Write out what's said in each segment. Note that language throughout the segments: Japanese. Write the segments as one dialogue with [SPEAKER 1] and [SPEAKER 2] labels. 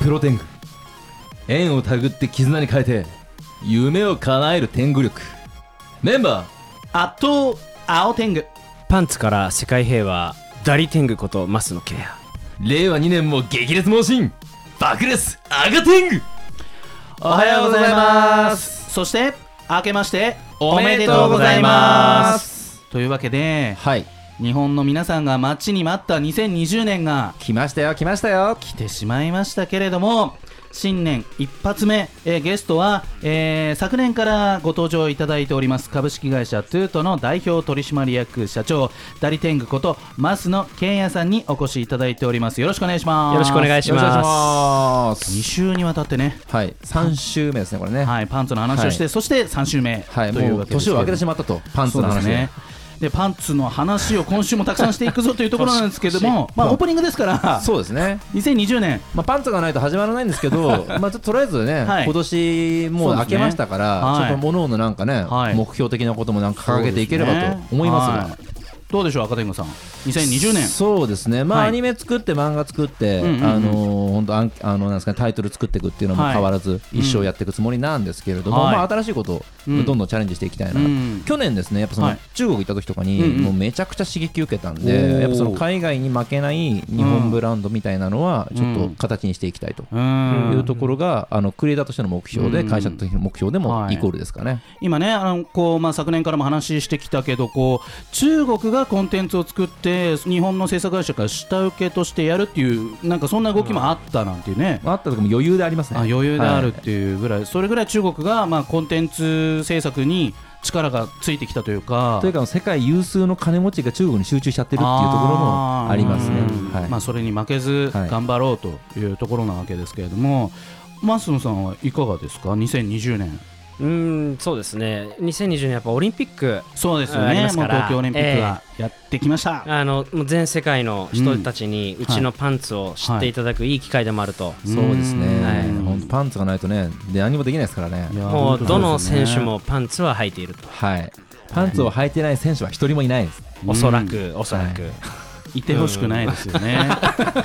[SPEAKER 1] プロテング縁を手繰って絆に変えて夢を叶える天狗力メンバー
[SPEAKER 2] 圧倒青天狗
[SPEAKER 3] パンツから世界平和ダリテングことマスのケア
[SPEAKER 1] 令和2年も激烈猛進爆裂アガテング
[SPEAKER 2] おはようございますそして明けましておめでとうございますというわけで
[SPEAKER 1] はい
[SPEAKER 2] 日本の皆さんが待ちに待った2020年が
[SPEAKER 1] 来ましたよ来ましたよ
[SPEAKER 2] 来てしまいましたけれども新年一発目、えーゲストは、えー昨年からご登場いただいております株式会社トゥートの代表取締役社長ダリテングこと増野健也さんにお越しいただいておりますよろしくお願いします
[SPEAKER 3] よろしくお願いし
[SPEAKER 1] よろしくお
[SPEAKER 3] ま
[SPEAKER 1] 願いします
[SPEAKER 2] 2週にわたってね
[SPEAKER 1] はい3週目ですねこれねはい、
[SPEAKER 2] はい、パンツの話をして、
[SPEAKER 1] は
[SPEAKER 2] そして3週目、という
[SPEAKER 1] も
[SPEAKER 2] わ
[SPEAKER 1] う
[SPEAKER 2] けです
[SPEAKER 1] 年
[SPEAKER 2] け
[SPEAKER 1] を
[SPEAKER 2] ど
[SPEAKER 1] 明けてしまったとパンツ
[SPEAKER 2] そう
[SPEAKER 1] の
[SPEAKER 2] で
[SPEAKER 1] 話、
[SPEAKER 2] すね。でパンツの話を今週もたくさんしていくぞというところなんですけども まあ、オープニングですから、
[SPEAKER 1] そうですね
[SPEAKER 2] 2020年、
[SPEAKER 1] まあ、パンツがないと始まらないんですけ ど、まあ、ちょっととりあえずね、
[SPEAKER 2] はい
[SPEAKER 1] 今年もう明けましたから、
[SPEAKER 2] そうですねはい
[SPEAKER 1] ちょっと各々なんかね、
[SPEAKER 2] はい
[SPEAKER 1] 目標的なこともなんか掲げていければと思いますが。
[SPEAKER 2] はいどうでしょう、赤天狗さん、2020年、
[SPEAKER 1] そうですね、まあ
[SPEAKER 2] はい
[SPEAKER 1] アニメ作って、漫画作って、
[SPEAKER 2] うんうんうん
[SPEAKER 1] あのー本当あんあのなんですかね、タイトル作っていくっていうのも
[SPEAKER 2] はい
[SPEAKER 1] 変わらず、一生やっていくつもりなんですけれども、
[SPEAKER 2] はい
[SPEAKER 1] まあ、新しいことを
[SPEAKER 2] うん
[SPEAKER 1] どんどんチャレンジしていきたいな、
[SPEAKER 2] うん
[SPEAKER 1] 去年ですね、やっぱその、
[SPEAKER 2] はい
[SPEAKER 1] 中国行った時とかに、
[SPEAKER 2] うんうん
[SPEAKER 1] もうめちゃくちゃ刺激受けたん
[SPEAKER 2] おー
[SPEAKER 1] で、やっぱその海外に負けない日本ブランドみたいなのは、ちょっと形にしていきたいと
[SPEAKER 2] う
[SPEAKER 3] うん
[SPEAKER 1] いうところが、あのクリエイターとしての目標で、
[SPEAKER 2] うん
[SPEAKER 1] 会社としての目標でも
[SPEAKER 2] はい
[SPEAKER 1] イコールですかね。
[SPEAKER 2] 今ね、あのこうまあ、昨年からも話してきたけどこう、中国がコンテンツを作って、日本の制作会社から下請けとしてやるっていう、なんかそんな動きもあったなんていうね。
[SPEAKER 1] あった時も余裕でありますね。
[SPEAKER 2] あ余裕であるっ
[SPEAKER 1] はい
[SPEAKER 2] ていうぐらい、それぐらい中国が、まあ、コンテンツ制作に力がついてきたというか。
[SPEAKER 1] というか世界有数の金持ちが中国に集中しちゃってるっていうところもありますね
[SPEAKER 2] あーう。ん
[SPEAKER 1] はい
[SPEAKER 2] まあ、それに負けず
[SPEAKER 1] はい
[SPEAKER 2] 頑張ろうというところなわけですけれども、マスノさんはいかがですか、2020年。
[SPEAKER 3] すうーんそうですね2020年やっぱオリンピック
[SPEAKER 2] そうですよ
[SPEAKER 3] あり
[SPEAKER 2] ね、
[SPEAKER 3] ます
[SPEAKER 2] もう
[SPEAKER 3] から
[SPEAKER 2] 東京オリンピックがやってきました。
[SPEAKER 3] あのもう全世界の人たちにうちのパンツを知っていただくいい機会でもあると、
[SPEAKER 1] そうです
[SPEAKER 3] はい
[SPEAKER 1] ね。本当パンツがないとね、で何もできないですからね
[SPEAKER 2] い。や
[SPEAKER 3] も
[SPEAKER 2] 本当
[SPEAKER 3] うどの
[SPEAKER 2] そうで
[SPEAKER 3] 選
[SPEAKER 2] す
[SPEAKER 3] 手
[SPEAKER 2] ね
[SPEAKER 3] もパンツは履いていると
[SPEAKER 1] はい。パンツを履いてない選手は一人もいないです。
[SPEAKER 3] おそらくおそらく、
[SPEAKER 2] いてほしくないですよね。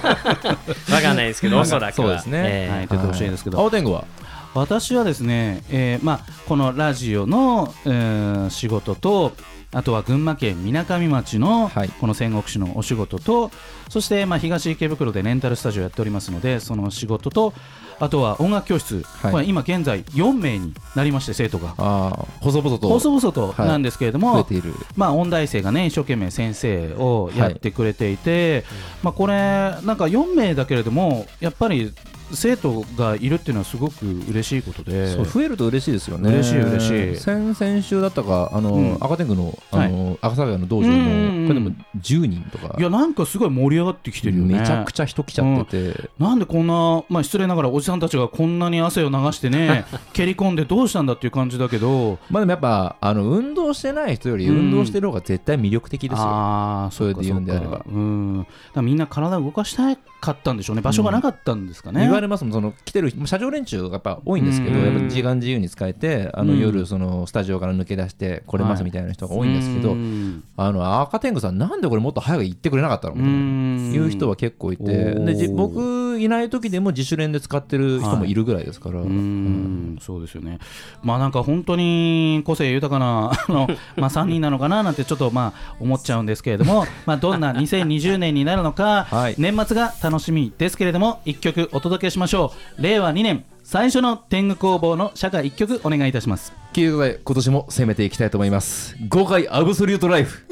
[SPEAKER 3] わかんないですけどおそらくは
[SPEAKER 1] そうですね
[SPEAKER 3] ええ
[SPEAKER 2] はい、出てほしいですけど、
[SPEAKER 1] 青天狗は。
[SPEAKER 2] 私はですね、えーまあ、このラジオの、えー仕事とあとは群馬県みなかみ町の
[SPEAKER 1] はい
[SPEAKER 2] この仙石市のお仕事とそして、まあ、東池袋でレンタルスタジオやっておりますのでその仕事とあとは音楽教室、
[SPEAKER 1] はい
[SPEAKER 2] これ今現在4名になりまして生徒が
[SPEAKER 1] ああ、細々と
[SPEAKER 2] 細
[SPEAKER 1] 増
[SPEAKER 2] 々となんですけれども、
[SPEAKER 1] えている。
[SPEAKER 2] まあ、音大生がね一生懸命先生をやってくれていて、まあ、これなんか4名だけれどもやっぱり生徒がいるっていうのはすごく嬉しいことで
[SPEAKER 1] そう増えると嬉しいですよね。
[SPEAKER 2] 嬉しい嬉しい
[SPEAKER 1] 先々週だったかあ
[SPEAKER 2] うん
[SPEAKER 1] の赤天狗のあの赤坂の道場
[SPEAKER 2] うんうんう
[SPEAKER 1] の
[SPEAKER 2] ん
[SPEAKER 1] これでも10人とか
[SPEAKER 2] い。やなんかすごい盛り上がってきてるよね
[SPEAKER 1] めちゃくちゃ人来ちゃってて。
[SPEAKER 2] なんでこんな、まあ、失礼ながらおじさんたちがこんなに汗を流して ね蹴り込んでどうしたんだっていう感じだけど
[SPEAKER 1] まあでもやっぱあの運動してない人より
[SPEAKER 2] うん
[SPEAKER 1] 運動してる方が絶対魅力的ですよ。
[SPEAKER 2] ああ
[SPEAKER 1] それで言うんであれば
[SPEAKER 2] うんだからみんな体を動かしたかったんでしょうね場所がなかったんですかね、
[SPEAKER 1] 言われますもんその来てる人車上連中がやっぱ多いんですけど、
[SPEAKER 2] うん
[SPEAKER 1] やっぱ時間自由に使えてあの
[SPEAKER 2] うん
[SPEAKER 1] 夜そのスタジオから抜け出して来れますみたいな人が多いんですけど、
[SPEAKER 2] うん
[SPEAKER 1] あの赤天狗さんなんでこれもっと早く行ってくれなかったのみ
[SPEAKER 2] う
[SPEAKER 1] たいなんいう人は結構いて
[SPEAKER 2] おー
[SPEAKER 1] でじ僕いない時でも自主練で使ってる人もいるぐらいですから、
[SPEAKER 2] うーんそうですよね、まあなんか本当に個性豊かな あの、まあ、3人なのかななんてちょっとまあ思っちゃうんですけれど も、まあ、どんな2020年になるのか、
[SPEAKER 1] はい
[SPEAKER 2] 年末が楽しみですけれども、1曲お届けしましょう、令和2年最初の天狗工房の社会1曲お願いいたします。
[SPEAKER 1] ということで今年も攻めていきたいと思います。豪快アブソリュートライフ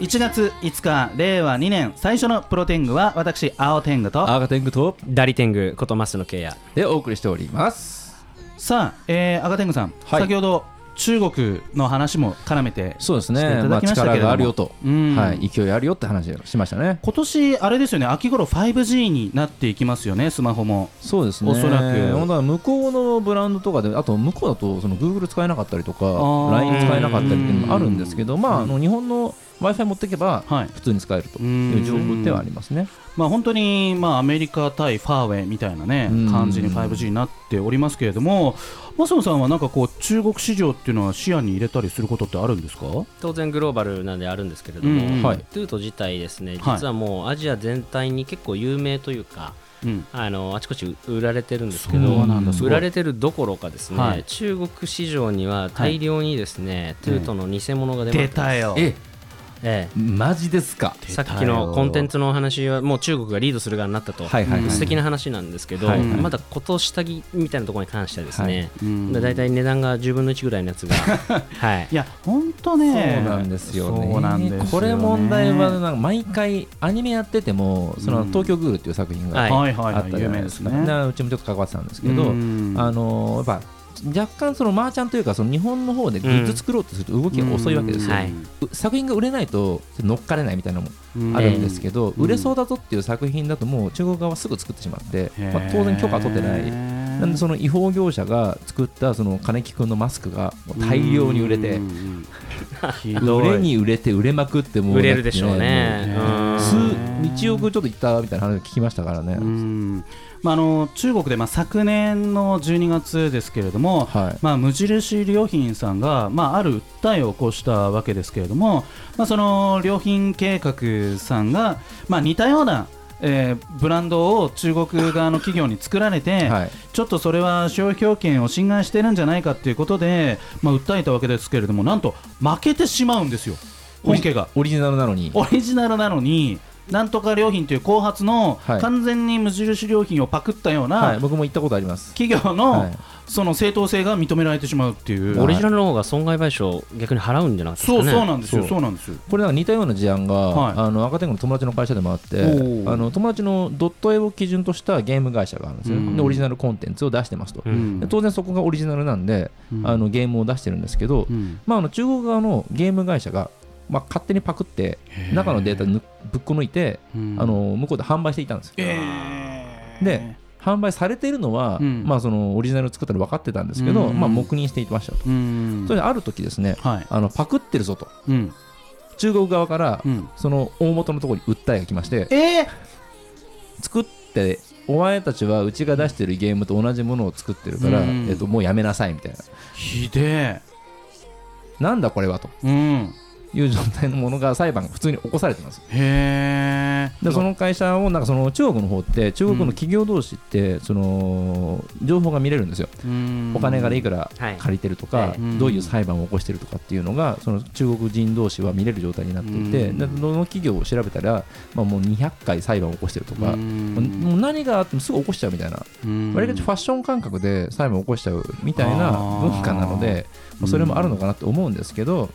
[SPEAKER 2] 1月5日、令和2年最初のプロ天狗は、私、青天狗と、
[SPEAKER 1] 赤天狗と
[SPEAKER 3] ダリテングことマスのケア
[SPEAKER 1] でお送りしております。
[SPEAKER 2] さあ、えー赤天狗さん、
[SPEAKER 1] はい
[SPEAKER 2] 先ほど中国の話も絡めて
[SPEAKER 1] そうで
[SPEAKER 2] し
[SPEAKER 1] す
[SPEAKER 2] てい
[SPEAKER 1] ね、
[SPEAKER 2] た
[SPEAKER 1] ま
[SPEAKER 2] だ
[SPEAKER 1] あ、
[SPEAKER 2] きましたけれ
[SPEAKER 1] 力
[SPEAKER 2] ども
[SPEAKER 1] があるよと、
[SPEAKER 2] うん
[SPEAKER 1] はい、勢いあるよって話をしましたね。
[SPEAKER 2] 今年あれですよね秋頃 5G になっていきますよねスマホも
[SPEAKER 1] そうですね、
[SPEAKER 2] おそらく
[SPEAKER 1] 本当は向こうのブランドとかで、あと向こうだとその Google 使えなかったりとか
[SPEAKER 2] ー、
[SPEAKER 1] LINE 使えなかったりっていうのもあるんですけど、まあ、あの日本の w i f i 持っていけば、
[SPEAKER 2] はい
[SPEAKER 1] 普通に使えると
[SPEAKER 2] うん
[SPEAKER 1] いう情報ではありますね。
[SPEAKER 2] まあ、本当に、まあ、アメリカ対ファーウェイみたいな、ね
[SPEAKER 1] うん、
[SPEAKER 2] 感じに 5G になっておりますけれども、マソンさんはなんかこう中国市場っていうのは視野に入れたりすることってあるんですか
[SPEAKER 3] 当然グローバルなんであるんですけれども、
[SPEAKER 2] うんうん
[SPEAKER 1] はい
[SPEAKER 3] トゥート自体ですね
[SPEAKER 2] はい
[SPEAKER 3] 実はもうアジア全体に結構有名というか、
[SPEAKER 2] うん
[SPEAKER 3] あのあちこち売られてるんですけ
[SPEAKER 2] そ
[SPEAKER 3] ど
[SPEAKER 2] うなんだすごい
[SPEAKER 3] 売られてるどころかですね、
[SPEAKER 2] はい
[SPEAKER 3] 中国市場には大量にですね、トゥートの偽物が出回っ
[SPEAKER 2] 出
[SPEAKER 3] てま
[SPEAKER 2] た
[SPEAKER 3] す、
[SPEAKER 2] よ
[SPEAKER 1] え
[SPEAKER 3] え
[SPEAKER 1] マジですか
[SPEAKER 3] え、さっきのコンテンツのお話はもう中国がリードする側になったと、
[SPEAKER 1] はいはいはい
[SPEAKER 3] 素敵な話なんですけど、
[SPEAKER 1] はいはい
[SPEAKER 3] まだこと下着みたいなところに関してはですね、
[SPEAKER 2] うん
[SPEAKER 3] だいたい値段が10分の1ぐらいのやつが、 はい
[SPEAKER 2] い、や本当ね
[SPEAKER 1] そうなんですよね
[SPEAKER 2] そうなんですよね
[SPEAKER 1] これ問題はなんか毎回アニメやっててもその
[SPEAKER 2] うん
[SPEAKER 1] 東京グールっていう作品が
[SPEAKER 3] は
[SPEAKER 1] あ
[SPEAKER 3] い
[SPEAKER 2] はいはい
[SPEAKER 1] った
[SPEAKER 2] はい
[SPEAKER 1] じ
[SPEAKER 2] 有
[SPEAKER 1] ゃな
[SPEAKER 2] 名
[SPEAKER 1] い
[SPEAKER 2] で
[SPEAKER 1] ですすか、
[SPEAKER 2] ね
[SPEAKER 1] なうちもちょっと関わってたんですけど、
[SPEAKER 2] うん
[SPEAKER 1] あのやっぱ若干そのマーチャンというかその日本の方でグッズ作ろうとすると動きが遅いわけですよ、
[SPEAKER 3] はい
[SPEAKER 1] 作品が売れないと乗っかれないみたいなのも
[SPEAKER 2] うん
[SPEAKER 1] あるんですけど、
[SPEAKER 2] うん
[SPEAKER 1] 売れそうだぞっていう作品だともう中国側はすぐ作ってしまって、
[SPEAKER 2] へー
[SPEAKER 1] まあ、当然許可取ってない。なんで
[SPEAKER 2] う
[SPEAKER 1] その違法業者が作ったその金木くんのマスクがもう大量 に売れて
[SPEAKER 2] うんうんひど
[SPEAKER 1] 売
[SPEAKER 2] い
[SPEAKER 1] れに売れて売れまくってもう
[SPEAKER 3] 売れるでしょう
[SPEAKER 1] だって
[SPEAKER 3] ね
[SPEAKER 2] ね。
[SPEAKER 3] うん
[SPEAKER 1] 数1億ちょっといったみたいな話を聞きましたからね、
[SPEAKER 2] うんまあ、あの中国で、まあ、昨年の12月ですけれども、
[SPEAKER 1] はい
[SPEAKER 2] まあ、無印良品さんが、まあ、ある訴えを起こしたわけですけれども、まあ、その良品計画さんが、まあ、似たような、えーブランドを中国側の企業に作られて、
[SPEAKER 1] はい
[SPEAKER 2] ちょっとそれは商標権を侵害してるんじゃないかということで、まあ、訴えたわけですけれどもなんと負けてしまうんですよ、本家が。
[SPEAKER 1] オリジナルなのに
[SPEAKER 2] オリジナルなのになんとか良品という後発の
[SPEAKER 1] はい
[SPEAKER 2] 完全に無印良品をパクったよう
[SPEAKER 1] はい、
[SPEAKER 2] な
[SPEAKER 1] 僕も行ったことあります
[SPEAKER 2] 企業の
[SPEAKER 1] はい
[SPEAKER 2] その正当性が認められてしまうっていう、
[SPEAKER 3] オリジナルの方が損害賠償を逆に払うんじゃなかった
[SPEAKER 2] そう
[SPEAKER 3] ですかね。
[SPEAKER 2] そうなんですよ
[SPEAKER 1] そう
[SPEAKER 2] そうなんですよ
[SPEAKER 1] これなんか似たような事案が、
[SPEAKER 2] はい
[SPEAKER 1] あの赤天狗の友達の会社でもあって
[SPEAKER 2] おー
[SPEAKER 1] あの友達のドット絵を基準としたゲーム会社があるんですよ、
[SPEAKER 2] うん
[SPEAKER 1] でオリジナルコンテンツを出してますと、
[SPEAKER 3] う
[SPEAKER 2] うん
[SPEAKER 3] ん
[SPEAKER 1] で当然そこがオリジナルなんで、
[SPEAKER 2] うん
[SPEAKER 1] あのゲームを出してるんですけど、
[SPEAKER 2] うん
[SPEAKER 1] まあ、あの中国側のゲーム会社が、まあ、勝手にパクって中のデータぬぶっこ抜いて、
[SPEAKER 2] うん
[SPEAKER 1] あの向こうで販売していたんですよ
[SPEAKER 2] えー
[SPEAKER 1] で販売されているのは、
[SPEAKER 2] うん
[SPEAKER 1] まあ、そのオリジナルを作ったの分かってたんですけど、
[SPEAKER 2] うん
[SPEAKER 1] まあ、黙認していましたと、
[SPEAKER 2] うん
[SPEAKER 1] それである時ですね
[SPEAKER 2] はい
[SPEAKER 1] あのパクってるぞと
[SPEAKER 2] うん
[SPEAKER 1] 中国側から
[SPEAKER 2] うん
[SPEAKER 1] その大元のところに訴えが来まして
[SPEAKER 2] えー
[SPEAKER 1] 作ってお前たちはうちが出してるゲームと同じものを作ってるから、
[SPEAKER 2] うん
[SPEAKER 1] えっと、もうやめなさいみたいな
[SPEAKER 2] ひで
[SPEAKER 1] なんだこれはと
[SPEAKER 2] えうん
[SPEAKER 1] いう状態のものが裁判が普通に起こされてます
[SPEAKER 2] へえ
[SPEAKER 1] でその会社をなんかその中国の方って中国の企業同士ってその情報が見れるんですよお
[SPEAKER 2] お
[SPEAKER 1] 金からい
[SPEAKER 2] く
[SPEAKER 1] くら
[SPEAKER 3] はい
[SPEAKER 1] 借りてるとか
[SPEAKER 3] はい
[SPEAKER 1] どういう裁判を起こしてるとかっていうのがその中国人同士は見れる状態になっていて
[SPEAKER 2] うん
[SPEAKER 1] でその企業を調べたらまあもう200回裁判を起こしてるとかもう何があってもすぐ起こしちゃうみたいな割りかしファッション感覚で裁判を起こしちゃうみたいな文化なので
[SPEAKER 2] ー
[SPEAKER 1] まあそれもあるのかなと思うんですけど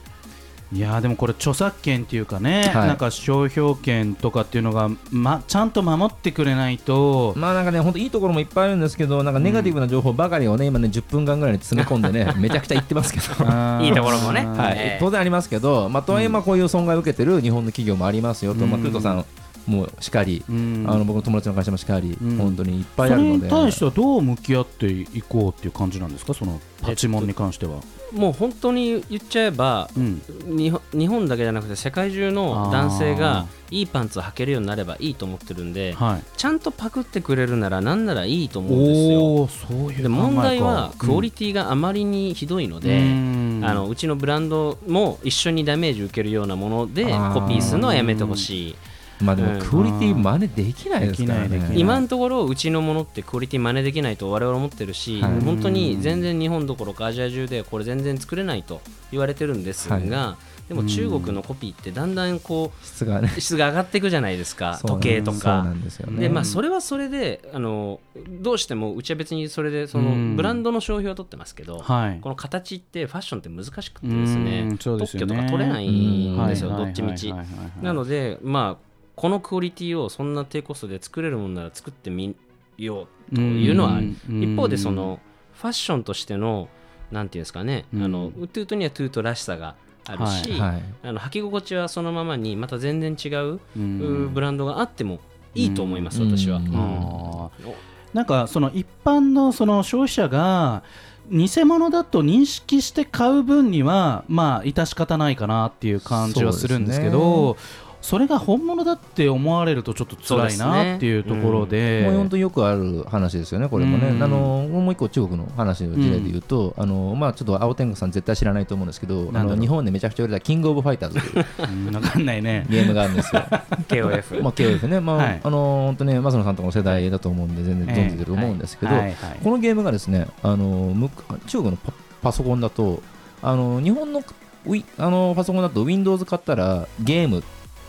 [SPEAKER 2] いやーでもこれ著作権っていうかね、
[SPEAKER 1] はい
[SPEAKER 2] なんか商標権とかっていうのが、ま、ちゃんと守ってくれないと、
[SPEAKER 1] まあなんかね本当いいところもいっぱいあるんですけどなんかネガティブな情報ばかりをね今ね10分間ぐらいに詰め込んで ねめちゃくちゃ言ってますけど。
[SPEAKER 2] あー
[SPEAKER 3] いいところもね
[SPEAKER 1] は
[SPEAKER 3] え
[SPEAKER 1] い
[SPEAKER 3] え、
[SPEAKER 1] 当然ありますけど、まあ、とはいえまあこういう損害を受けてる日本の企業もありますよと、まあ、
[SPEAKER 2] うん
[SPEAKER 1] トゥートさんもしかり、
[SPEAKER 2] うん
[SPEAKER 1] あの僕の友達の会社もしかり、
[SPEAKER 2] うん
[SPEAKER 1] 本当にいっぱい
[SPEAKER 2] そ
[SPEAKER 1] あ
[SPEAKER 2] れ
[SPEAKER 1] るの
[SPEAKER 2] に
[SPEAKER 1] で、
[SPEAKER 2] 対してはどう向き合っていこうっていう感じなんですか、そのパチモンに関しては。
[SPEAKER 3] もう本当に言っちゃえば、
[SPEAKER 2] うん
[SPEAKER 3] 日本日本だけじゃなくて世界中の男性
[SPEAKER 2] あ
[SPEAKER 3] がいいパンツを履けるようになればいいと思ってるんで、
[SPEAKER 2] はい、
[SPEAKER 3] ちゃんとパクってくれるならなんならいいと思うんですよ。
[SPEAKER 2] おおー、そういう
[SPEAKER 3] で問題はクオリ
[SPEAKER 2] テ
[SPEAKER 3] ティがあまりにひどいの
[SPEAKER 2] う
[SPEAKER 3] で、
[SPEAKER 2] ん
[SPEAKER 3] あのうちのブランドも一緒にダメージ受けるようなもので
[SPEAKER 1] あー
[SPEAKER 3] コピーするのはやめてほしい。
[SPEAKER 1] まあ、で
[SPEAKER 3] うん
[SPEAKER 1] もクオリティ真似できないですから
[SPEAKER 2] できないできな
[SPEAKER 1] ね
[SPEAKER 2] い。
[SPEAKER 3] 今のところうちのものってクオリティ真似できないと我々は思ってるし、
[SPEAKER 1] はい
[SPEAKER 3] 本当に全然日本どころかアジア中でこれ全然作れないと言われてるんですが、
[SPEAKER 1] は
[SPEAKER 3] でも中国のコピーってだんだんこ
[SPEAKER 1] 質がね
[SPEAKER 3] う質が上がっていくじゃないですか
[SPEAKER 1] そうなん
[SPEAKER 3] 時
[SPEAKER 1] で
[SPEAKER 3] 計
[SPEAKER 1] す
[SPEAKER 3] と
[SPEAKER 1] そうな
[SPEAKER 3] か。
[SPEAKER 1] んですよね
[SPEAKER 3] でまあ、それはそれであのどうしてもうちは別にそれでそ
[SPEAKER 2] うん
[SPEAKER 3] のブランドの商標を取ってますけど、
[SPEAKER 2] はい
[SPEAKER 3] この形ってファッションって難しくてですね
[SPEAKER 2] うんそうです
[SPEAKER 3] 特許
[SPEAKER 2] よね
[SPEAKER 3] とか取れないんですよ、
[SPEAKER 2] はい
[SPEAKER 3] どっちみち。
[SPEAKER 2] はいはいはいはい
[SPEAKER 3] なので、まあ、このクオリティをそんな低コストで作れるものなら作ってみようというのはある
[SPEAKER 2] うん
[SPEAKER 3] 一方でそのファッションとしてのなんていうんですかね、
[SPEAKER 2] うん
[SPEAKER 3] あのトゥートにはトゥートらしさがあるし、
[SPEAKER 1] はい、
[SPEAKER 3] あの履き心地はそのままにまた全然違う、
[SPEAKER 2] うん
[SPEAKER 3] うブランドがあってもいいと思います、
[SPEAKER 1] うん
[SPEAKER 3] 私は。
[SPEAKER 1] うん
[SPEAKER 2] あーなんかその一般のその消費者が偽物だと認識して買う分にはまあ致し方ないかなっていう感じはするんですけどそれが本物だって思われるとちょっと辛いなっていうところで
[SPEAKER 1] もう本当によくある話ですよね、これもね。
[SPEAKER 2] うん
[SPEAKER 1] あのもう一個、中国の話の事例で言うと、あのまあ、ちょっと青天狗さん、絶対知らないと思うんですけど、
[SPEAKER 2] なんだ
[SPEAKER 1] あ
[SPEAKER 2] ろう
[SPEAKER 1] の日本でめちゃくちゃ売れたキングオブファイターズという
[SPEAKER 2] うんわかんないね。
[SPEAKER 1] ゲームがあるんですよ。
[SPEAKER 3] KOF
[SPEAKER 1] まあ、KO ですね、まあ
[SPEAKER 2] はい
[SPEAKER 1] あの本当ね、松野さんとかの世代だと思うんで、全然存じてると思うんですけど、
[SPEAKER 2] はいはい
[SPEAKER 1] このゲームがですね、あのむく中国のパパソコンだと、あの日本のウィあのパソコンだと Windows 買ったらゲーム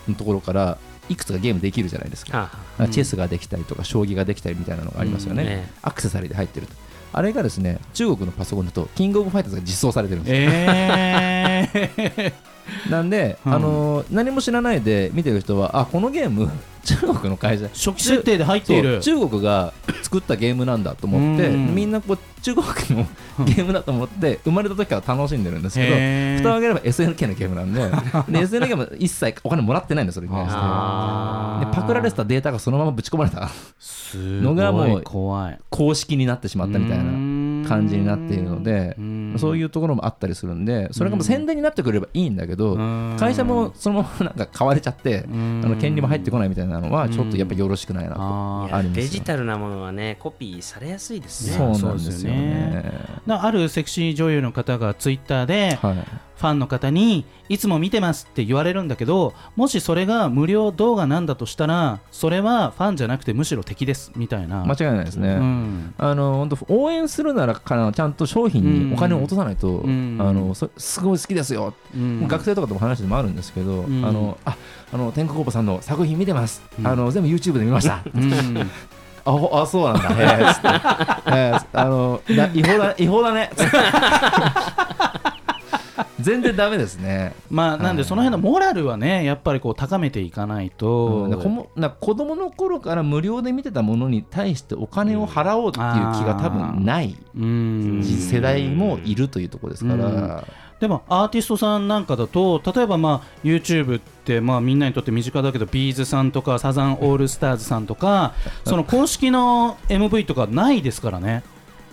[SPEAKER 1] のところからいくつかゲームできるじゃないですか。
[SPEAKER 3] はあ
[SPEAKER 2] うん
[SPEAKER 1] チェスができたりとか将棋ができたりみたいなのがありますよね。
[SPEAKER 3] うんね
[SPEAKER 1] アクセサリーで入ってると。あれがですね、中国のパソコンだとキングオブファイターズが実装されてるんですよ。
[SPEAKER 2] えー
[SPEAKER 1] なんで、
[SPEAKER 2] うん
[SPEAKER 1] あの何も知らないで見てる人は、あこのゲーム、 中国の会社、
[SPEAKER 2] 初期設定で入って
[SPEAKER 1] そ
[SPEAKER 2] いうる。
[SPEAKER 1] 中国が作ったゲームなんだと思って
[SPEAKER 2] うん
[SPEAKER 1] みんなこう中国の
[SPEAKER 2] うん
[SPEAKER 1] ゲームだと思って生まれた時から楽しんでるんですけど
[SPEAKER 2] へー
[SPEAKER 1] 蓋を開ければ SNK のゲー ムなんでで SNK も一切お金もらってないんですそれに対して
[SPEAKER 2] あ
[SPEAKER 1] で
[SPEAKER 2] ー
[SPEAKER 1] パクられてたデータがそのままぶち込まれた
[SPEAKER 2] す
[SPEAKER 1] のが
[SPEAKER 2] ご
[SPEAKER 1] も
[SPEAKER 2] いう怖い。
[SPEAKER 1] 公式になってしまったみたいな感
[SPEAKER 2] 感
[SPEAKER 1] じになっているのでそういううところもあったりするんでそれがもう宣伝になってくれればいいんだけど会社もそのま まなんか買われちゃって
[SPEAKER 2] あ
[SPEAKER 1] あの権利も入ってこ
[SPEAKER 2] ない
[SPEAKER 1] ないみたいなのはちょっとやっぱよろしくないなと。
[SPEAKER 2] あ
[SPEAKER 3] い
[SPEAKER 2] ー
[SPEAKER 1] あ
[SPEAKER 3] や
[SPEAKER 1] りますよ
[SPEAKER 3] デジタルなものはねコピーされやすいですね
[SPEAKER 1] そうなんですよ
[SPEAKER 2] そうです
[SPEAKER 1] ね。
[SPEAKER 2] なあるセクシー女優の方がツイッターで
[SPEAKER 1] はい
[SPEAKER 2] ファンの方にいつも見てますって言われるんだけどもしそれが無料動画なんだとしたらそれはファンじゃなくてむしろ敵ですみたいな
[SPEAKER 1] 間違いないですね。
[SPEAKER 2] うん
[SPEAKER 1] あの本当応援するならからちゃんと商品にお金を落とさないと、
[SPEAKER 2] うん
[SPEAKER 1] あのそすごい好きですよ、
[SPEAKER 2] うん
[SPEAKER 1] 学生とかとも話でもあるんですけ
[SPEAKER 2] う
[SPEAKER 1] ど、
[SPEAKER 2] ん
[SPEAKER 1] あのああの天狗工房さんの作品見てます、
[SPEAKER 2] うん
[SPEAKER 1] あの全部 YouTube で見ました、
[SPEAKER 2] うん
[SPEAKER 1] あほ あそうなんだへえつってへえつってあのだ違法だ違法だね つって全然ダメですね、
[SPEAKER 2] まあ
[SPEAKER 1] はい
[SPEAKER 2] なんでその辺のモラルはねやっぱりこう高めていかないと、
[SPEAKER 1] うんだからこもな子供の頃から無料で見てたものに対してお金を払おうっていう気が多分ない
[SPEAKER 2] うん
[SPEAKER 1] 世代もいるというところですから、
[SPEAKER 2] うんでもアーティストさんなんかだと例えばまあ YouTube ってまあみんなにとって身近だけどビーズさんとかサザンオールスターズさんとかその公式の MV とかないですからね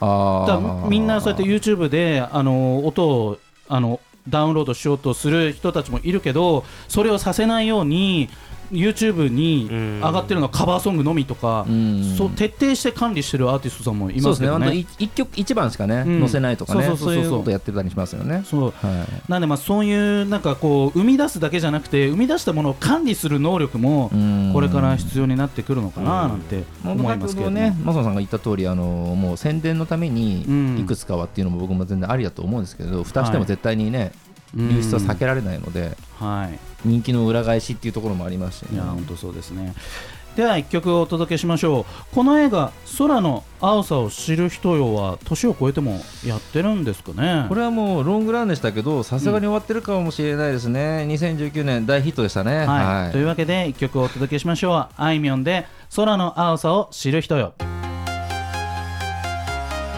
[SPEAKER 2] だか
[SPEAKER 1] あ
[SPEAKER 2] ら
[SPEAKER 1] あ
[SPEAKER 2] みんなそうやって YouTube であの音をあのダウンロードしようとする人たちもいるけどそれをさせないように YouTube に上がってるのはカバーソングのみとか、
[SPEAKER 1] うん
[SPEAKER 2] そう徹底して管理してるアーティストさんもいま
[SPEAKER 1] そうですす
[SPEAKER 2] け
[SPEAKER 1] ね
[SPEAKER 2] ど
[SPEAKER 1] 本当
[SPEAKER 2] ね。
[SPEAKER 1] 一一曲一番しかね、
[SPEAKER 2] うん
[SPEAKER 1] 載せないとかね
[SPEAKER 2] そ
[SPEAKER 1] そう
[SPEAKER 2] そうそう
[SPEAKER 1] う
[SPEAKER 2] そう
[SPEAKER 1] いうことやってたりしますよね
[SPEAKER 2] そう
[SPEAKER 1] は
[SPEAKER 2] なんでまあそういうなんかこう生み出すだけじゃなくて生み出したものを管理する能力も
[SPEAKER 1] いうん
[SPEAKER 2] これから必要になってくるのかななんて
[SPEAKER 1] も
[SPEAKER 2] 思
[SPEAKER 1] う
[SPEAKER 2] いますけ
[SPEAKER 1] 先ほ
[SPEAKER 2] ど
[SPEAKER 1] ど
[SPEAKER 2] ね
[SPEAKER 1] ね。マソンさんが言った通りあのもう宣伝のため
[SPEAKER 2] うん
[SPEAKER 1] にいくつかはっていうのも僕も全然ありだと思うんですけど蓋しても絶対にね、流出は避けられないので
[SPEAKER 2] はい。
[SPEAKER 1] 人気の裏返しっていうところもありますし
[SPEAKER 2] い
[SPEAKER 1] ね
[SPEAKER 2] や本当そうですね。では一曲をお届けしましょう。この映画空の青さを知る人よは年を超えてもやってるんですかね。
[SPEAKER 1] これはもうロングランでしたけどさすがに終わってるかもしれないですね、2019年大ヒットでしたね
[SPEAKER 2] はい、
[SPEAKER 1] はい
[SPEAKER 2] というわけで一曲をお届けしましょうあいみょんで空の青さを知る人よ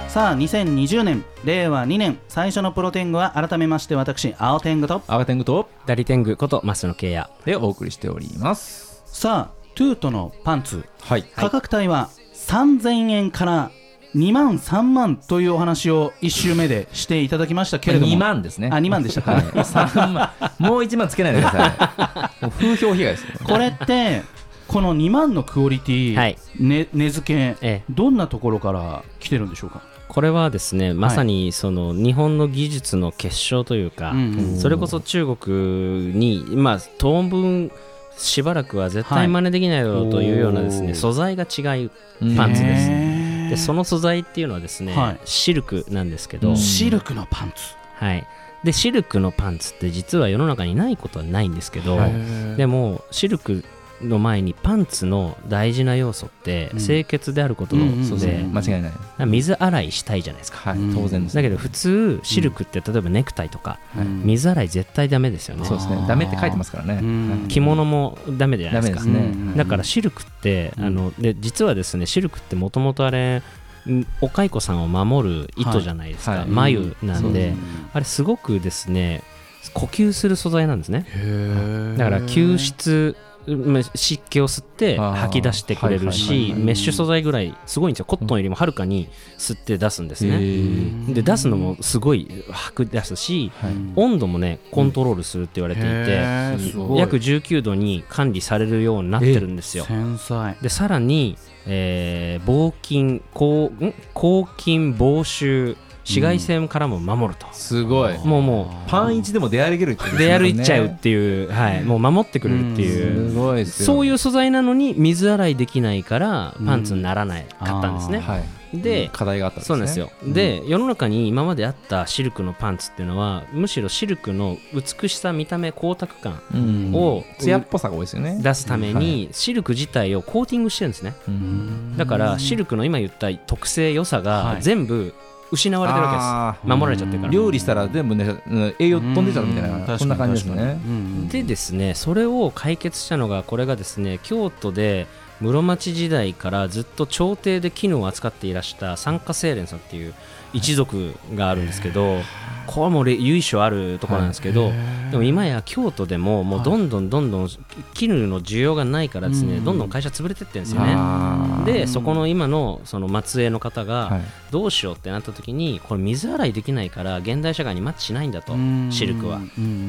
[SPEAKER 2] さあ2020年令和2年最初のプロテングは改めまして私青天狗と
[SPEAKER 1] アガテングと
[SPEAKER 3] ダリテングことマスのケイヤ
[SPEAKER 1] でお送りしております
[SPEAKER 2] さあトゥートのパンツ
[SPEAKER 1] はい
[SPEAKER 2] 価格帯は3000円から2万3万というお話を1周目でしていただきましたけれども
[SPEAKER 1] 2万ですね。
[SPEAKER 2] あ2万でしたか
[SPEAKER 1] はい、3万。もう1万つけないでください。もう風評被害ですよ。
[SPEAKER 2] これってこの2万のクオリティ、
[SPEAKER 3] はい
[SPEAKER 2] ね値付け、
[SPEAKER 3] ええ
[SPEAKER 2] どんなところから来てるんでしょうか
[SPEAKER 3] これはですねまさにその日本の技術の結晶というか、
[SPEAKER 2] うんうん
[SPEAKER 3] それこそ中国にまあ当分しばらくは絶
[SPEAKER 2] はい
[SPEAKER 3] 対真似できないだろうというようなですね、
[SPEAKER 2] おー
[SPEAKER 3] 素材が違うパンツです
[SPEAKER 2] ね
[SPEAKER 3] でその素材っていうのはですね、
[SPEAKER 2] はい
[SPEAKER 3] シルクなんですけど、
[SPEAKER 1] うん
[SPEAKER 2] シルクのパンツ。
[SPEAKER 3] はい、でシルクのパンツって実は世の中にないことはないんですけど、
[SPEAKER 1] はい
[SPEAKER 3] でもシルクの前にパンツの大事な要素って
[SPEAKER 2] うん
[SPEAKER 3] 清潔であることな
[SPEAKER 2] うんうん
[SPEAKER 3] の
[SPEAKER 1] そうです
[SPEAKER 3] で、
[SPEAKER 1] ね。間違いない。
[SPEAKER 3] 水洗いしたいじゃないですか
[SPEAKER 1] はい
[SPEAKER 2] うん、
[SPEAKER 1] 当然です。
[SPEAKER 3] だけど普通シルクって例えばネクタイとか
[SPEAKER 2] うん
[SPEAKER 3] 水洗い絶対ダメですよね、
[SPEAKER 1] そうです
[SPEAKER 2] あ
[SPEAKER 1] ね
[SPEAKER 2] ー。
[SPEAKER 1] ダメって書いてますからね。
[SPEAKER 2] うん
[SPEAKER 3] 着物もダメじゃな
[SPEAKER 1] ダ
[SPEAKER 3] いで
[SPEAKER 1] メ
[SPEAKER 3] す
[SPEAKER 1] で
[SPEAKER 3] か
[SPEAKER 1] すね。
[SPEAKER 2] うん
[SPEAKER 1] はい
[SPEAKER 3] だからシルクって、
[SPEAKER 2] うん
[SPEAKER 3] あので実はですねシルクってもともとあれんお蚕さんを守る糸じゃないですか、
[SPEAKER 1] はいはい
[SPEAKER 3] 眉なんで、
[SPEAKER 2] うん
[SPEAKER 3] あれすごくですね呼吸する素材なんですねだから吸湿うん湿気を吸って
[SPEAKER 1] あー
[SPEAKER 3] 吐き出してくれる
[SPEAKER 1] はいはい
[SPEAKER 3] し
[SPEAKER 1] はい
[SPEAKER 2] はい
[SPEAKER 3] メッシュ素材ぐらいすごいんですよコットンよりもはるかに吸って出すんですね
[SPEAKER 1] ね
[SPEAKER 3] で出すのもすごい吐く出すし
[SPEAKER 1] はい
[SPEAKER 3] 温度もねコントロールするって言われていて
[SPEAKER 2] へーすごい
[SPEAKER 3] 約19度に管理されるようになってるんですよ
[SPEAKER 2] 繊細
[SPEAKER 3] でさらに、えー防菌抗ん抗菌防臭紫外線からも守ると、
[SPEAKER 1] すごい
[SPEAKER 3] もうも
[SPEAKER 1] パン一でも出歩けるってこと
[SPEAKER 3] う
[SPEAKER 1] です
[SPEAKER 3] 出
[SPEAKER 1] ね
[SPEAKER 3] 歩いちゃうっていう、はい、もう守ってくれるっていう、
[SPEAKER 1] すごいですよ
[SPEAKER 3] そう
[SPEAKER 1] い
[SPEAKER 3] いう素材なのに水洗いできないから
[SPEAKER 2] うん
[SPEAKER 3] パンツにならないかったんですね、
[SPEAKER 1] はい
[SPEAKER 3] で、
[SPEAKER 1] 課題があったんです
[SPEAKER 3] そう
[SPEAKER 1] ね
[SPEAKER 3] なんですよ、で世の中に今まであったシルクのパンツっていうのはむしろシルクの美しさ見た目光沢感
[SPEAKER 1] うん
[SPEAKER 3] を
[SPEAKER 1] 艶っぽさが多いですよね
[SPEAKER 3] 出すため
[SPEAKER 1] は
[SPEAKER 3] にシルク自体をコーティングしてるんですね
[SPEAKER 1] うん
[SPEAKER 3] だからシルクの今言った特性良さ
[SPEAKER 2] は
[SPEAKER 3] が
[SPEAKER 2] い
[SPEAKER 3] 全部失われてるわ
[SPEAKER 1] あ
[SPEAKER 3] けです守られちゃってるか
[SPEAKER 1] ー
[SPEAKER 3] ら
[SPEAKER 1] 料理したら全部ねうん栄養飛んでちゃうみたいなこんな感じですね
[SPEAKER 3] でですねそれを解決したのがこれがですね京都で室町時代からずっと朝廷で絹を扱っていらした三家清廉さんっていう一族があるんですけどこれもれ由緒あるところなんですけど、でも今や京都でももうどんどんどんどん絹の需要がないからですね、
[SPEAKER 2] うん
[SPEAKER 3] どんどん会社潰れてってるんですよね。
[SPEAKER 1] あ
[SPEAKER 3] でそこの今のその末裔の方が、
[SPEAKER 1] ーはい
[SPEAKER 3] どうしようってなった時にこれ水洗いできないから現代社会にマッチしないんだとシルクは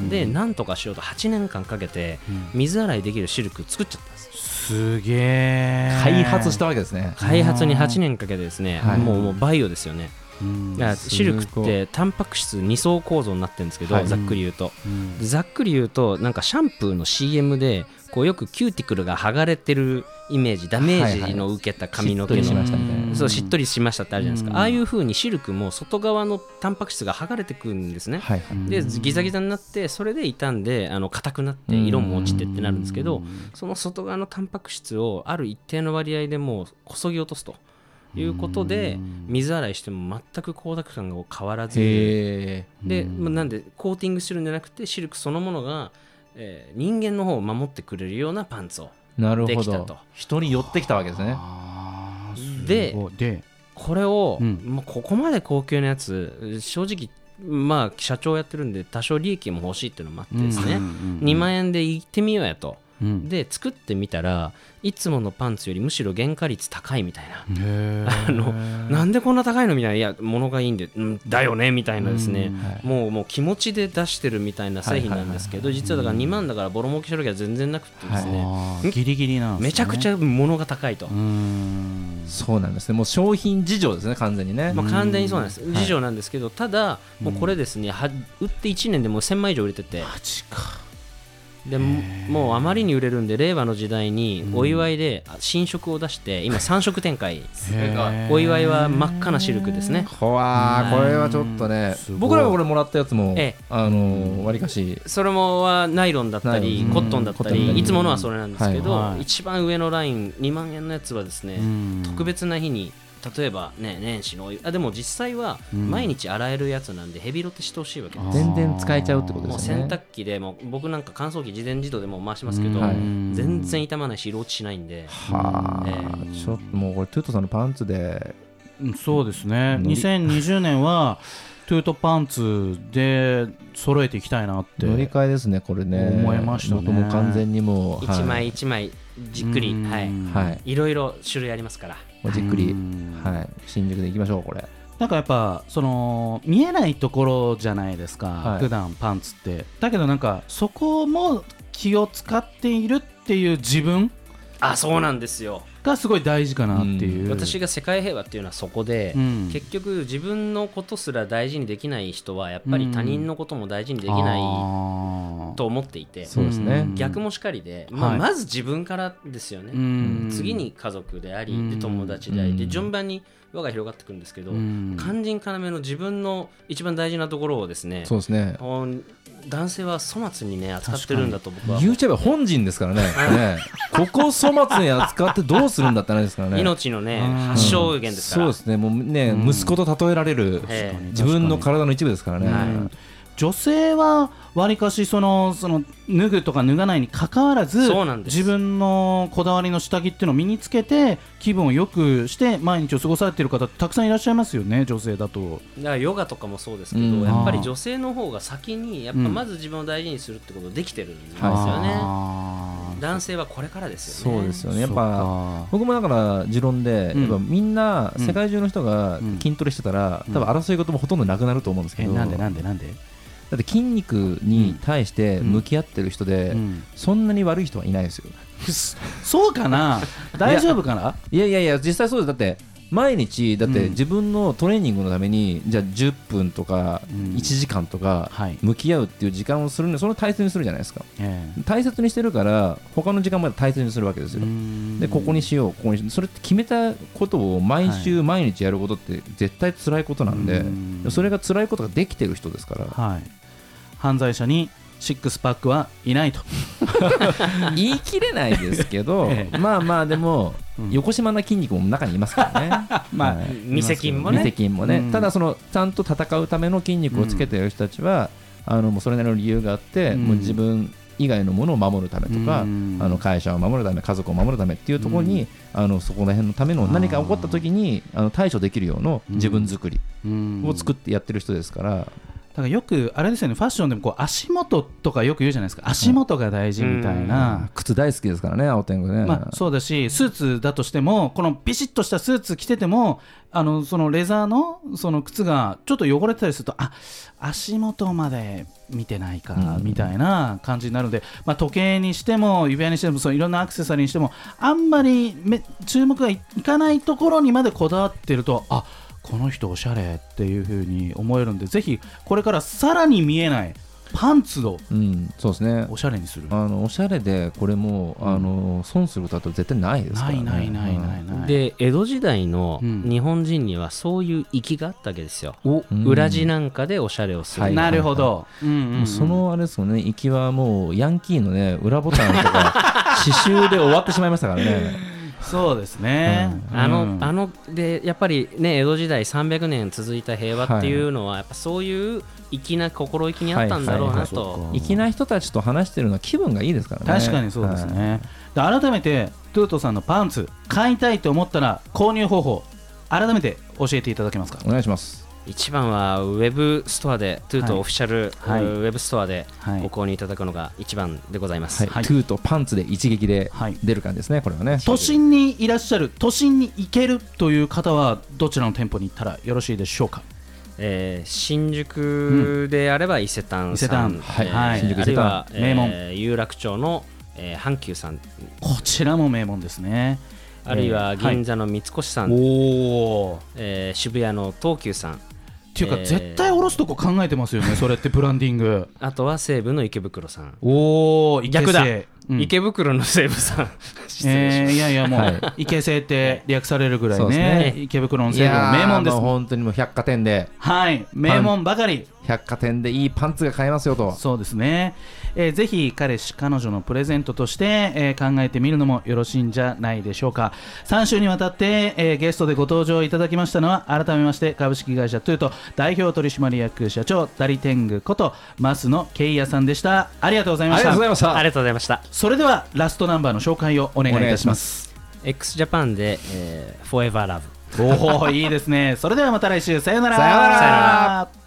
[SPEAKER 3] でなんとかしようと8年間かけて水洗いできるシルク作っちゃったんです
[SPEAKER 2] すげえ
[SPEAKER 1] 開発したわけですね
[SPEAKER 3] 開発に8年かけてですね
[SPEAKER 1] はい
[SPEAKER 3] もうもうバイオですよね
[SPEAKER 2] うん
[SPEAKER 3] だから
[SPEAKER 1] すごい
[SPEAKER 3] シルクってタンパク質2層構造になってるんですけど
[SPEAKER 1] はい
[SPEAKER 3] ざっくり言うと
[SPEAKER 2] うん
[SPEAKER 3] ざっくり言うとなんかシャンプーの CM でこうよくキューティクルが剥がれてるイメージダメージの受けた髪の毛
[SPEAKER 1] しっとりし
[SPEAKER 3] の
[SPEAKER 1] ましたみたいな
[SPEAKER 3] そうしっとりしましたってあるじゃないですか、
[SPEAKER 2] うん
[SPEAKER 3] ああいう風にシルクも外側のタンパク質が剥がれてくるんですね、
[SPEAKER 1] はいはい
[SPEAKER 3] で
[SPEAKER 2] うん
[SPEAKER 3] ギザギザになってそれで傷んであの硬くなって色も落ちてってなるんですけど、その外側のタンパク質をある一定の割合でもうこそぎ落とすということで、
[SPEAKER 2] うん
[SPEAKER 3] 水洗いしても全く光沢感が変わらず
[SPEAKER 1] へ
[SPEAKER 3] で、
[SPEAKER 2] うん
[SPEAKER 3] まあなんでコーティングするんじゃなくてシルクそのものが、えー人間の方を守ってくれるようなパンツを
[SPEAKER 1] ーなる
[SPEAKER 3] で
[SPEAKER 1] ほ
[SPEAKER 3] きた
[SPEAKER 1] ど
[SPEAKER 3] と。
[SPEAKER 1] 人に寄ってきたわけですね
[SPEAKER 2] あー
[SPEAKER 3] です
[SPEAKER 2] ごいで
[SPEAKER 3] これを、
[SPEAKER 2] うん
[SPEAKER 3] もうここまで高級なやつ正直まあ社長やってるんで多少利益も欲しいっていうのもあってですね、2万円で行ってみようやと
[SPEAKER 2] 円
[SPEAKER 3] で作ってみたらいつものパンツよりむしろ原価率高いみたいな、
[SPEAKER 2] あ
[SPEAKER 3] のなんでこんな高いのみたいないや物がいいんで、うんだよねみたいなですね、もうもう気持ちで出してるみたいな製品なんですけど、実はだから2万だからボロ儲けしてるわけは全然なくてですね、
[SPEAKER 2] あー
[SPEAKER 3] ん
[SPEAKER 2] ギリギリなんですね
[SPEAKER 3] めちゃくちゃ物が高いと
[SPEAKER 2] うー、ん
[SPEAKER 1] そうなんですねもう商品事情ですね完全にね
[SPEAKER 3] まあ、完全にそうなんです事情なんですけど、ただもうこれですねは売って1年でもう1000枚以上売れてて
[SPEAKER 2] マジか
[SPEAKER 3] でももうあまりに売れるんで令和の時代にお祝いで新色を出して今3色展開
[SPEAKER 2] へー
[SPEAKER 3] お祝いは真っ赤なシルクですね
[SPEAKER 1] こわーこれはちょっとね
[SPEAKER 2] すごい
[SPEAKER 1] 僕らがこれもらったやつも
[SPEAKER 3] ええ
[SPEAKER 1] あのわりかし
[SPEAKER 3] それもはナイロンだった
[SPEAKER 1] ナイ
[SPEAKER 3] り
[SPEAKER 1] ロン
[SPEAKER 3] コットンだった
[SPEAKER 1] コットンだった
[SPEAKER 3] り
[SPEAKER 1] り
[SPEAKER 3] いつものはそれなんですけ
[SPEAKER 2] はい
[SPEAKER 3] ど
[SPEAKER 2] はい
[SPEAKER 3] 一番上のライン2万円のやつはですね
[SPEAKER 2] うん
[SPEAKER 3] 特別な日に例えばね年始のおあでも実際は
[SPEAKER 2] うん
[SPEAKER 3] 毎日洗えるやつなんでヘビロテしてほしいわけです
[SPEAKER 1] 全然使えちゃうってことで
[SPEAKER 3] もう
[SPEAKER 1] すよね
[SPEAKER 3] 洗濯機でもう僕なんか乾燥機自然自動でもう回しますけ
[SPEAKER 2] う
[SPEAKER 3] ど、
[SPEAKER 2] ん
[SPEAKER 1] はい
[SPEAKER 3] 全然傷まないし色落ちしないんで、
[SPEAKER 1] はあ
[SPEAKER 3] え
[SPEAKER 1] ちょっともうこれトゥートさんのパンツで
[SPEAKER 2] うんそうですね
[SPEAKER 1] のり
[SPEAKER 2] 2020年はトゥートパンツで揃えていきたいなって
[SPEAKER 1] 乗り換えですねこれね
[SPEAKER 2] 思いましたね
[SPEAKER 1] 僕も完全にもうはい
[SPEAKER 3] 一枚一枚じっくり、
[SPEAKER 2] うん
[SPEAKER 3] はい、
[SPEAKER 1] はい
[SPEAKER 3] いろいろ種類ありますから、
[SPEAKER 1] もうじっくり
[SPEAKER 2] うん
[SPEAKER 1] はい新宿で行きましょうこれ
[SPEAKER 2] なんかやっぱその見えないところじゃないですか、
[SPEAKER 1] はい
[SPEAKER 2] 普段パンツってだけどなんかそこも気を使っているっていう自分
[SPEAKER 3] あそうなんですよ、
[SPEAKER 2] がすごい大事かなっていう、
[SPEAKER 3] 私が世界平和っていうのはそこで、
[SPEAKER 2] うん
[SPEAKER 3] 結局自分のことすら大事にできない人はやっぱり他人のことも大事にできない
[SPEAKER 2] い
[SPEAKER 3] と思っていて、
[SPEAKER 1] そうですね
[SPEAKER 2] うん
[SPEAKER 3] 逆もしかりで、まあ
[SPEAKER 2] はい
[SPEAKER 3] まず自分からですよね、次に家族であり、
[SPEAKER 2] うん
[SPEAKER 3] で友達であり、
[SPEAKER 1] う
[SPEAKER 3] で
[SPEAKER 1] ん
[SPEAKER 3] 順番に輪が広がってくるんですけど、
[SPEAKER 2] うん
[SPEAKER 3] 肝心要の自分の一番大事なところをですね
[SPEAKER 1] そうですね
[SPEAKER 3] こう男性は粗末にね扱ってるんだと僕は
[SPEAKER 1] 言うちゃえば本人で すからねねここを粗末に扱ってどうするんだって話ですからね
[SPEAKER 3] 命のね
[SPEAKER 2] うん
[SPEAKER 3] 発症源ですから、
[SPEAKER 1] そうですねもうね、
[SPEAKER 2] うん
[SPEAKER 1] 息子と例えられる
[SPEAKER 3] ええ
[SPEAKER 1] 自分の体の一部ですからね、
[SPEAKER 2] うん女性はわりかしそのその脱ぐとか脱がないにかかわらず
[SPEAKER 3] そうなんです
[SPEAKER 2] 自分のこだわりの下着っていうのを身につけて気分を良くして毎日を過ごされている方たくさんいらっしゃいますよね女性だと。
[SPEAKER 3] だからヨガとかもそうですけど、
[SPEAKER 1] うん
[SPEAKER 3] やっぱり女性の方が先にやっぱ
[SPEAKER 2] うん
[SPEAKER 3] まず自分を大事にするってことできてるんですよね、
[SPEAKER 1] はい
[SPEAKER 3] だ男性はこれからですよね
[SPEAKER 1] そうですよねやっぱ
[SPEAKER 2] ぱ
[SPEAKER 1] 僕もだから持論で、
[SPEAKER 2] うん
[SPEAKER 1] やっぱみんな
[SPEAKER 2] うん
[SPEAKER 1] 世界中の人が
[SPEAKER 2] うん
[SPEAKER 1] 筋トレしてたら、
[SPEAKER 2] うん
[SPEAKER 1] 多分争い事もほとんどなくなると思うんですけ
[SPEAKER 2] え
[SPEAKER 1] ど、
[SPEAKER 2] なんでなんでなんで、
[SPEAKER 1] だって筋肉に対して向き合ってる人で、
[SPEAKER 2] うん
[SPEAKER 1] そんなに悪い人はいないですよ
[SPEAKER 2] そうか な大丈夫かない
[SPEAKER 1] やいやいや実際そうですだって毎日だっ
[SPEAKER 2] う
[SPEAKER 1] て
[SPEAKER 2] ん
[SPEAKER 1] 自分のトレーニングのために、じゃあ10分とか
[SPEAKER 2] うん
[SPEAKER 1] 1時間とか
[SPEAKER 2] はい
[SPEAKER 1] 向き合うっていう時間をするのそれを大切にするじゃないですか
[SPEAKER 2] え
[SPEAKER 1] 大切にしてるから他の時間まで大切にするわけです
[SPEAKER 2] え
[SPEAKER 1] よでここにしようここにしそれって決めたことを毎週毎日やることって絶対辛いことなんで、
[SPEAKER 2] うん
[SPEAKER 1] それが辛いことができてる人ですから
[SPEAKER 2] はい、犯罪者にシックスパックはいないと、
[SPEAKER 1] 言い切れないですけど、
[SPEAKER 2] ええ
[SPEAKER 1] まあまあでも、
[SPEAKER 2] うん
[SPEAKER 1] 横島な筋肉も中にいますからね
[SPEAKER 2] まあ
[SPEAKER 1] はい
[SPEAKER 3] 未成金も
[SPEAKER 1] 未
[SPEAKER 3] ね
[SPEAKER 1] 成筋もね、
[SPEAKER 2] うん
[SPEAKER 1] ただそのちゃんと戦うための筋肉をつけてる人たちは、あのもうそれなりの理由があって、
[SPEAKER 2] うん
[SPEAKER 1] もう自分以外のものを守るためとか、
[SPEAKER 2] うん
[SPEAKER 1] あの会社を守るため家族を守るためっていうところに、あのそこら辺のための何か起こった時にあの対処できるような自分作りを作
[SPEAKER 2] っ
[SPEAKER 1] ってやってる人ですから、
[SPEAKER 2] だからよくあれですよねファッションでもこう足元とかよく言うじゃないですか足元が大事みたいな、
[SPEAKER 1] 靴大好きですからね青天狗ね、
[SPEAKER 2] まあ、そうだしスーツだとしてもこのビシッとしたスーツ着ててもあのそのレザーのその靴がちょっと汚れてたりするとあ足元まで見てないか
[SPEAKER 1] うん
[SPEAKER 2] みたいな感じになるので、まあ、時計にしても指輪にしてもそのいろんなアクセサリーにしてもあんまりめ注目がいいかないところにまでこだわってるとあこの人おしゃれっていう風に思えるんでぜひこれからさらに見えないパンツを
[SPEAKER 1] うんそうですね
[SPEAKER 2] おしゃれにする。
[SPEAKER 1] あのおしゃれでこれも、
[SPEAKER 2] うん
[SPEAKER 1] あの損することだと絶対ないです
[SPEAKER 2] な
[SPEAKER 1] から、ね、
[SPEAKER 2] いないないない
[SPEAKER 1] うん
[SPEAKER 2] ない。
[SPEAKER 3] で江戸時代の
[SPEAKER 2] うん
[SPEAKER 3] 日本人にはそういう粋があったわけですよ、
[SPEAKER 1] うん
[SPEAKER 3] 裏地なんかでおしゃれをする、
[SPEAKER 1] はい
[SPEAKER 2] なるほど。うんうん
[SPEAKER 1] もうそのあれですよね行きはもうヤンキーのね裏ボタン とか刺繍で終わってしまいましたからね
[SPEAKER 2] そうですね。
[SPEAKER 3] あの,、
[SPEAKER 2] うん
[SPEAKER 3] あのでやっぱりね江戸時代300年続いた平和っていうのは、やっぱそういう粋な心意気にあったんだろうなと、
[SPEAKER 2] はいはいはい
[SPEAKER 1] 行きない人たちと話してるのは気分がいいですからね
[SPEAKER 2] 確かにそうです
[SPEAKER 1] はい
[SPEAKER 2] ね。で改めてトゥートさんのパンツ買いたいと思ったら購入方法改めて教えていただけますか。
[SPEAKER 1] お願いします
[SPEAKER 3] 一番はウェブストアでトゥー
[SPEAKER 2] はい
[SPEAKER 3] トオフィシャル、
[SPEAKER 2] はい
[SPEAKER 3] えーウェブストアで
[SPEAKER 2] はい
[SPEAKER 3] ご購入いただくのが一番でございます、
[SPEAKER 1] はい、
[SPEAKER 2] はい
[SPEAKER 1] トゥーとパンツで一撃で
[SPEAKER 2] はい
[SPEAKER 1] 出る感じですねこれはね
[SPEAKER 2] 都心にいらっしゃる都心に行けるという方はどちらの店舗に行ったらよろしいでしょうか。
[SPEAKER 3] えー新宿であれば伊勢丹さん、
[SPEAKER 2] 伊勢丹
[SPEAKER 1] はい
[SPEAKER 3] えー
[SPEAKER 2] はい
[SPEAKER 1] 新宿伊
[SPEAKER 3] ある
[SPEAKER 1] 勢
[SPEAKER 3] い
[SPEAKER 1] 丹
[SPEAKER 3] は、えー
[SPEAKER 2] 名門
[SPEAKER 3] 有楽町の、えー阪急さん
[SPEAKER 2] こちらも名門ですね。
[SPEAKER 3] あるいは
[SPEAKER 2] えーはい
[SPEAKER 3] 銀座の三越さん、
[SPEAKER 2] おお。
[SPEAKER 3] えー渋谷の東急さん
[SPEAKER 2] っていうか
[SPEAKER 3] えー
[SPEAKER 2] 絶対おろすとこ考えてますよね。それってブランディング。
[SPEAKER 3] あとは西武の池袋さん、
[SPEAKER 2] おお。
[SPEAKER 3] 逆だ
[SPEAKER 2] 池瀬うん
[SPEAKER 3] 池袋の西武さん 失礼し
[SPEAKER 2] え
[SPEAKER 3] ま
[SPEAKER 2] ーいやいやもう、
[SPEAKER 1] はい
[SPEAKER 2] 池製って略されるぐらい
[SPEAKER 1] そうです
[SPEAKER 2] ね
[SPEAKER 1] ね
[SPEAKER 2] 池袋の
[SPEAKER 1] い
[SPEAKER 2] 製の
[SPEAKER 1] やー
[SPEAKER 2] 名門です
[SPEAKER 1] もう本当にもう百貨店で
[SPEAKER 2] はい名門ばかり
[SPEAKER 1] 百貨店でいいパンツが買えますよと
[SPEAKER 2] そうですね、えーぜひ彼氏彼女のプレゼントとして、えー考えてみるのもよろしいんじゃないでしょうか3週にわたって、えーゲストでご登場いただきましたのは改めまして株式会社トゥート代表取締役社長ダリテングこと増野圭也さんでしたありがとうござい
[SPEAKER 1] あ
[SPEAKER 2] ま
[SPEAKER 1] り
[SPEAKER 2] し
[SPEAKER 1] がと
[SPEAKER 2] た
[SPEAKER 1] うございまし
[SPEAKER 3] したあ
[SPEAKER 1] た
[SPEAKER 3] りがとうございました
[SPEAKER 2] それではラストナンバーの紹介をお願いいたします
[SPEAKER 1] す
[SPEAKER 3] x ジャパンで、えー、フォーエバーラブ
[SPEAKER 2] おおいいですねそれではまた来週さようなら
[SPEAKER 1] さようなら
[SPEAKER 2] さようなら